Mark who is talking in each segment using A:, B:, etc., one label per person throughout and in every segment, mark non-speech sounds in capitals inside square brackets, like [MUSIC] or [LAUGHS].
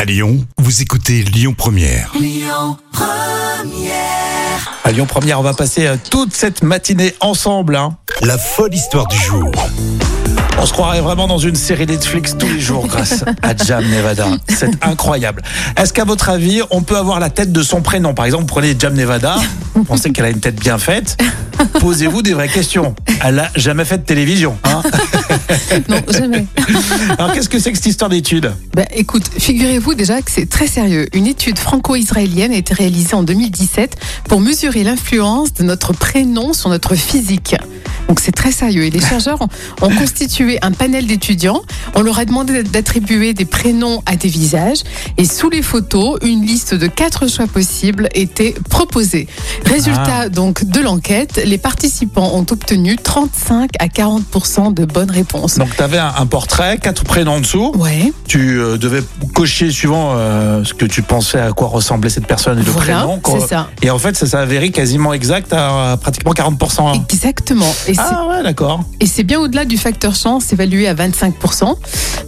A: À Lyon, vous écoutez Lyon Première.
B: À Lyon Première, on va passer euh, toute cette matinée ensemble. hein.
A: La folle histoire du jour.
B: On se croirait vraiment dans une série Netflix tous les jours grâce à Jam Nevada. C'est incroyable. Est-ce qu'à votre avis, on peut avoir la tête de son prénom Par exemple, prenez Jam Nevada. Vous pensez qu'elle a une tête bien faite. Posez-vous des vraies questions. Elle n'a jamais fait de télévision. hein.
C: Non, jamais.
B: Alors qu'est-ce que c'est que cette histoire d'étude
C: Bah, écoute, figurez-vous déjà que c'est très sérieux. Une étude franco-israélienne a été réalisée en 2017 pour mesurer l'influence de notre prénom sur notre physique. Donc c'est très sérieux. Et les chercheurs ont, ont constitué un panel d'étudiants. On leur a demandé d'attribuer des prénoms à des visages. Et sous les photos, une liste de quatre choix possibles était proposée. Résultat
B: Ah.
C: donc de l'enquête, les participants ont obtenu 35 à 40 de bonnes réponses.
B: Donc tu avais un, un portrait, quatre prénoms en dessous.
C: Ouais.
B: Tu euh, devais cocher suivant euh, ce que tu pensais à quoi ressemblait cette personne et le
C: Voilà,
B: prénom. quoi.
C: c'est ça.
B: Et en fait, ça s'est avéré quasiment exact à euh, pratiquement 40%.
C: Exactement. Et c'est-
B: Ah ouais, d'accord.
C: et c'est bien au-delà du facteur chance évalué à 25%.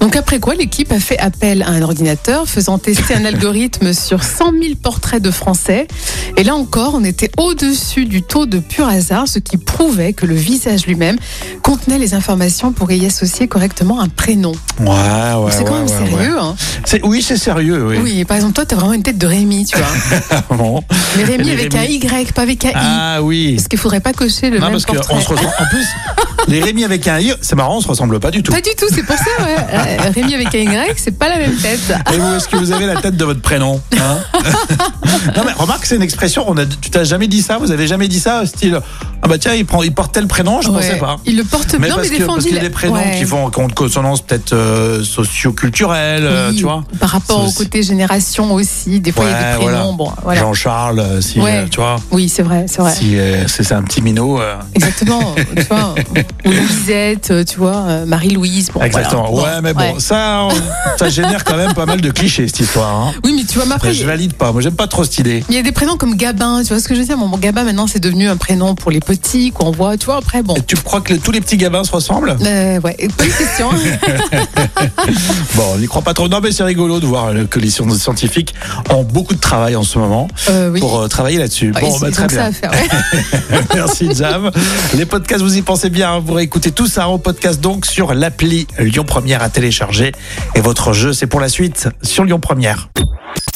C: Donc après quoi, l'équipe a fait appel à un ordinateur faisant
B: [LAUGHS]
C: tester un algorithme sur 100 000 portraits de Français. Et là encore, on était au-dessus du taux de pur hasard, ce qui prouvait que le visage lui-même contenait les informations pour y associer correctement un prénom.
B: Ouais, ouais.
C: c'est quand
B: ouais,
C: même
B: ouais, ouais.
C: sérieux. Hein
B: C'est- Oui, c'est sérieux, oui.
C: oui, et par exemple, toi, t'as vraiment une tête de Rémi, tu vois.
B: [LAUGHS] Bon.
C: Mais Rémi
B: Les
C: avec
B: Rémi.
C: un Y, pas avec un I.
B: Ah oui.
C: Parce qu'il faudrait pas cocher le
B: Non,
C: même
B: parce qu'on
C: portrait.
B: se ressemble. En
C: [LAUGHS]
B: plus, les Rémi avec un I, c'est marrant, on se ressemble pas du tout.
C: Pas du tout, c'est pour ça, ouais. Euh, Rémi avec un Y, c'est pas la même tête.
B: Et vous, est-ce que vous avez la tête de votre prénom hein [LAUGHS] Non, mais remarque, c'est une expression. On a, tu t'as jamais dit ça Vous avez jamais dit ça Style, ah bah tiens, il, prend, il porte tel prénom Je pensais
C: Ouais.
B: pas.
C: Il le porte
B: Mais
C: bien,
B: parce,
C: mais
B: que,
C: des fois, on
B: parce
C: dit
B: qu'il y a
C: la-
B: des prénoms
C: Ouais.
B: qui, vont, qui ont une consonance peut-être euh, socio-culturelle, euh,
C: Oui,
B: tu vois
C: Par rapport au
B: C'est-
C: côté génération aussi, des fois, il y a des
B: Ouais, voilà.
C: prénoms. Bon, voilà.
B: Jean-Charles, euh, si,
C: Ouais.
B: euh, tu vois,
C: Oui, c'est vrai, c'est vrai.
B: si euh, c'est c'est un petit minot. euh,
C: Exactement, tu
B: [LAUGHS]
C: vois. Ou Lisette, euh, tu vois, euh, Marie-Louise. Bon,
B: Exactement.
C: voilà.
B: Ouais, mais bon,
C: ouais.
B: ça, on-
C: [LAUGHS]
B: ça génère quand même pas mal de clichés cette histoire. hein.
C: Oui, mais tu vois, mais après,
B: Après, je valide pas. Moi, j'aime pas trop cette idée.
C: il y a des prénoms comme Gabin, tu vois ce que je veux dire Bon, bon, Gabin, maintenant, c'est devenu un prénom pour les petits qu'on voit, tu vois, après, bon.
B: Et tu crois que les- tous les petits gabins se ressemblent
C: Euh, ouais, bonne
B: [LAUGHS]
C: question.
B: Bon, on n'y croit pas trop. Non, mais c'est rigolo de voir euh, que les sciences scientifiques ont beaucoup de travail en ce moment
C: Euh, oui.
B: pour euh, travailler là-dessus.
C: Ouais,
B: bon,
C: ils-
B: bah,
C: ils
B: très
C: ont que ça
B: bien.
C: à faire, ouais.
B: [LAUGHS] Merci, Jam. les podcasts, vous y pensez bien. hein. Vous réécoutez tout ça en podcast donc sur l'appli Lyon Première à télécharger. Et votre jeu, c'est pour la suite sur Lyon Première.